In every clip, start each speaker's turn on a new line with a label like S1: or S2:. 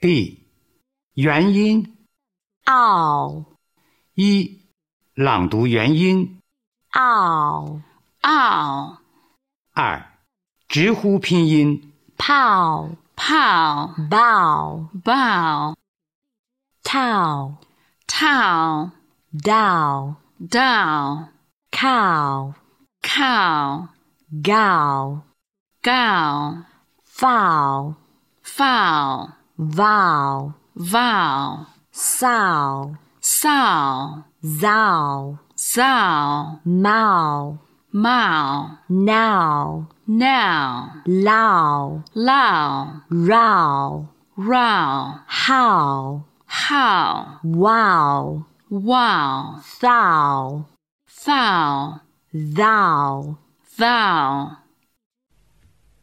S1: b 元音
S2: ow
S1: 一，朗读元音
S2: ow
S3: ow
S1: 二，直呼拼音
S2: pow
S3: pow
S2: bow
S3: bow
S2: tow
S3: tow
S2: dow
S3: dow
S2: cow
S3: cow
S2: gow
S3: gow
S2: foul
S3: foul
S2: vow
S3: vow
S2: sow
S3: sow
S2: zow
S3: sow
S2: mow
S3: mow
S2: now
S3: now
S2: low
S3: low
S2: row
S3: row
S2: how
S3: how
S2: wow
S3: wow
S2: thou
S3: thou
S2: thou
S3: thou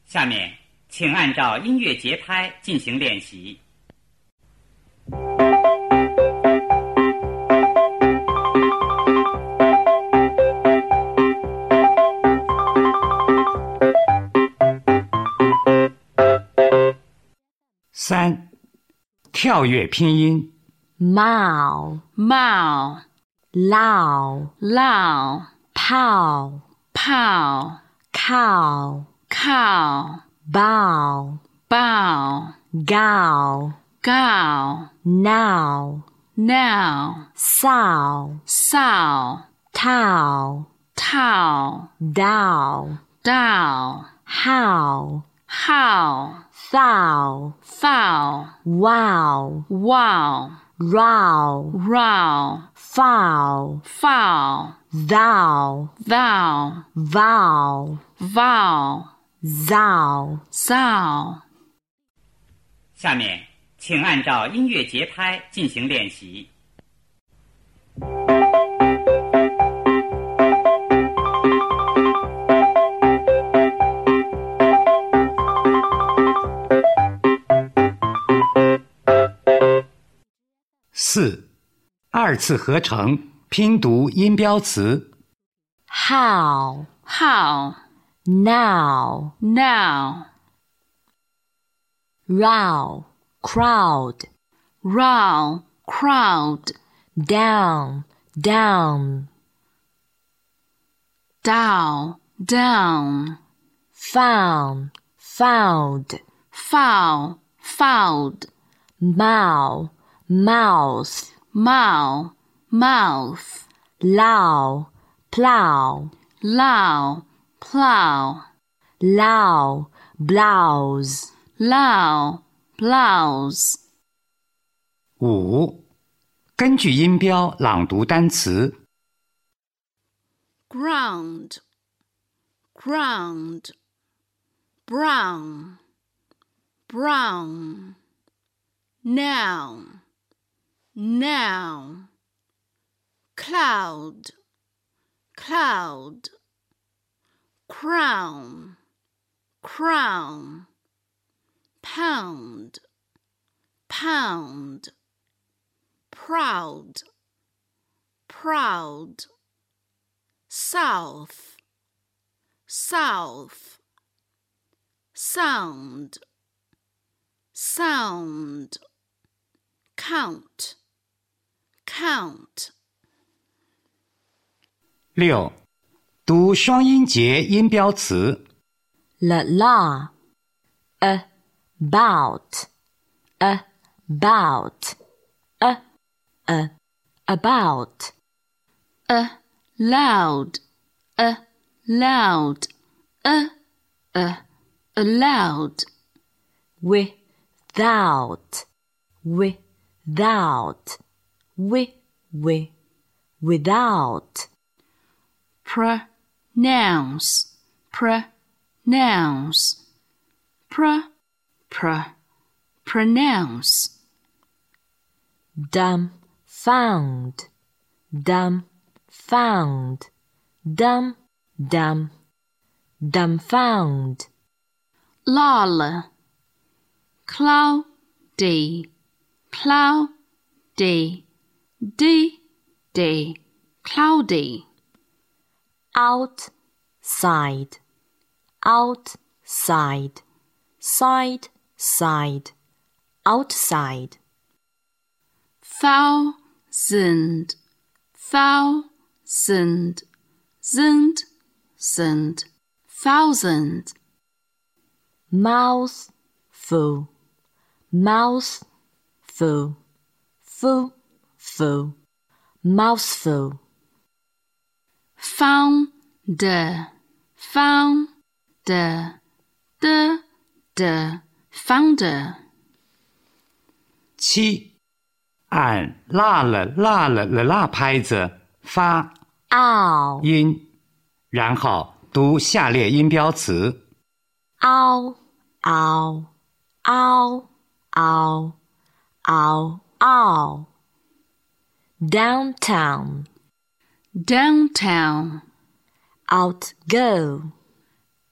S4: 下面，请按照音乐节拍进行练习。
S1: 三，跳跃拼音
S2: mow
S3: mow
S2: low
S3: low
S2: pow
S3: pow
S2: cow
S3: cow
S2: bow
S3: bow
S2: gow
S3: gow
S2: now
S3: now
S2: sow
S3: sow
S2: tow
S3: tow
S2: dow
S3: dow
S2: how
S3: how
S2: thou
S3: foul
S2: wow
S3: wow
S2: row
S3: row
S2: foul
S3: foul
S2: thou
S3: thou
S2: vow
S3: vow
S2: zow
S3: sow
S4: 下面，请按照音乐节拍进行练习。
S1: 四，二次合成拼读音标词
S2: how
S3: how
S2: now
S3: now
S2: row crowd
S3: row crowd
S2: down down
S3: down down
S2: found found
S3: foul fouled
S2: mow mouth
S3: mow mouth
S2: low plow
S3: low plow
S2: low blouse
S3: low blouse
S1: 五，根据音标朗读单词
S3: ground, ground, brown, brown, noun, noun, cloud, cloud, crown, crown, pound, pound, proud, proud south, south, sound, sound, count, count,
S1: 六，读双音节音标词
S2: la la about about uh, uh, about
S3: uh, loud, uh, loud, uh, uh, allowed,
S2: without without wi wi without
S3: pronounce, pronounce, pro, pro, pronounce.
S2: dumbfound dumbfound dumb dumb dumbfound
S3: Lala, cloudy, cloudy, d d cloudy,
S2: outside outside side side outside,
S3: thousand, thousand, zend, zend, thousand,
S2: mouth full, mouth full, full full, mouthful,
S3: found, found, de, de, founder,
S1: 七，按辣了辣了了辣拍子发
S2: ow,
S1: 音，然后读下列音标词。
S2: ow, ow, ow, ow, ow, ow. Downtown,
S3: downtown,
S2: outgo,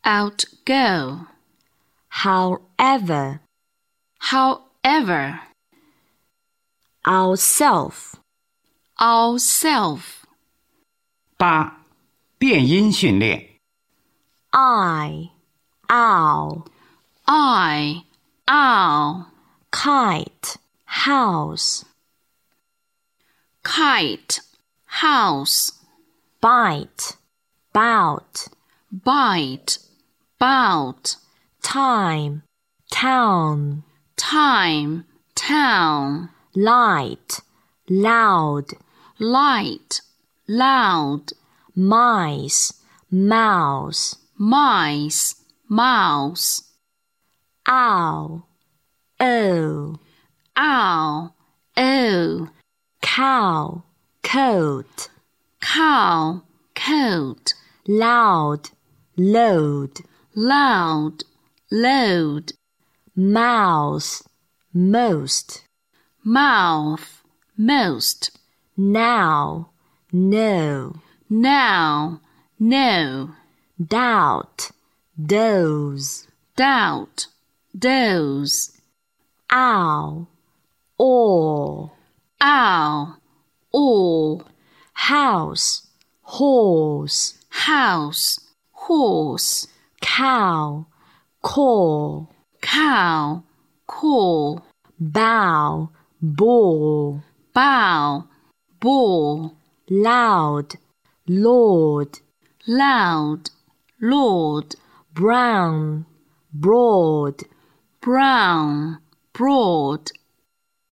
S3: outgo,
S2: however,
S3: however,
S2: ourself,
S3: ourself,
S1: 八，变音训练。
S2: I, ow,
S3: I, owl,
S2: kite, house,
S3: kite, house,
S2: bite, bout,
S3: bite, bout,
S2: time, town.
S3: time, town,
S2: light, loud,
S3: light, loud,
S2: mice, mouse,
S3: mice, mouse,
S2: owl, oh,
S3: owl, oh,
S2: cow, coat,
S3: cow, coat,
S2: loud, load,
S3: loud, load,
S2: mouse, most,
S3: mouth, most,
S2: now, no,
S3: now, no,
S2: doubt, doze,
S3: doubt, doze,
S2: owl, or,
S3: owl, all,
S2: house, horse,
S3: house, horse,
S2: cow, call.
S3: cow, call,
S2: bow, ball,
S3: bow, ball,
S2: loud, lord,
S3: loud, lord,
S2: brown, broad,
S3: brown, broad,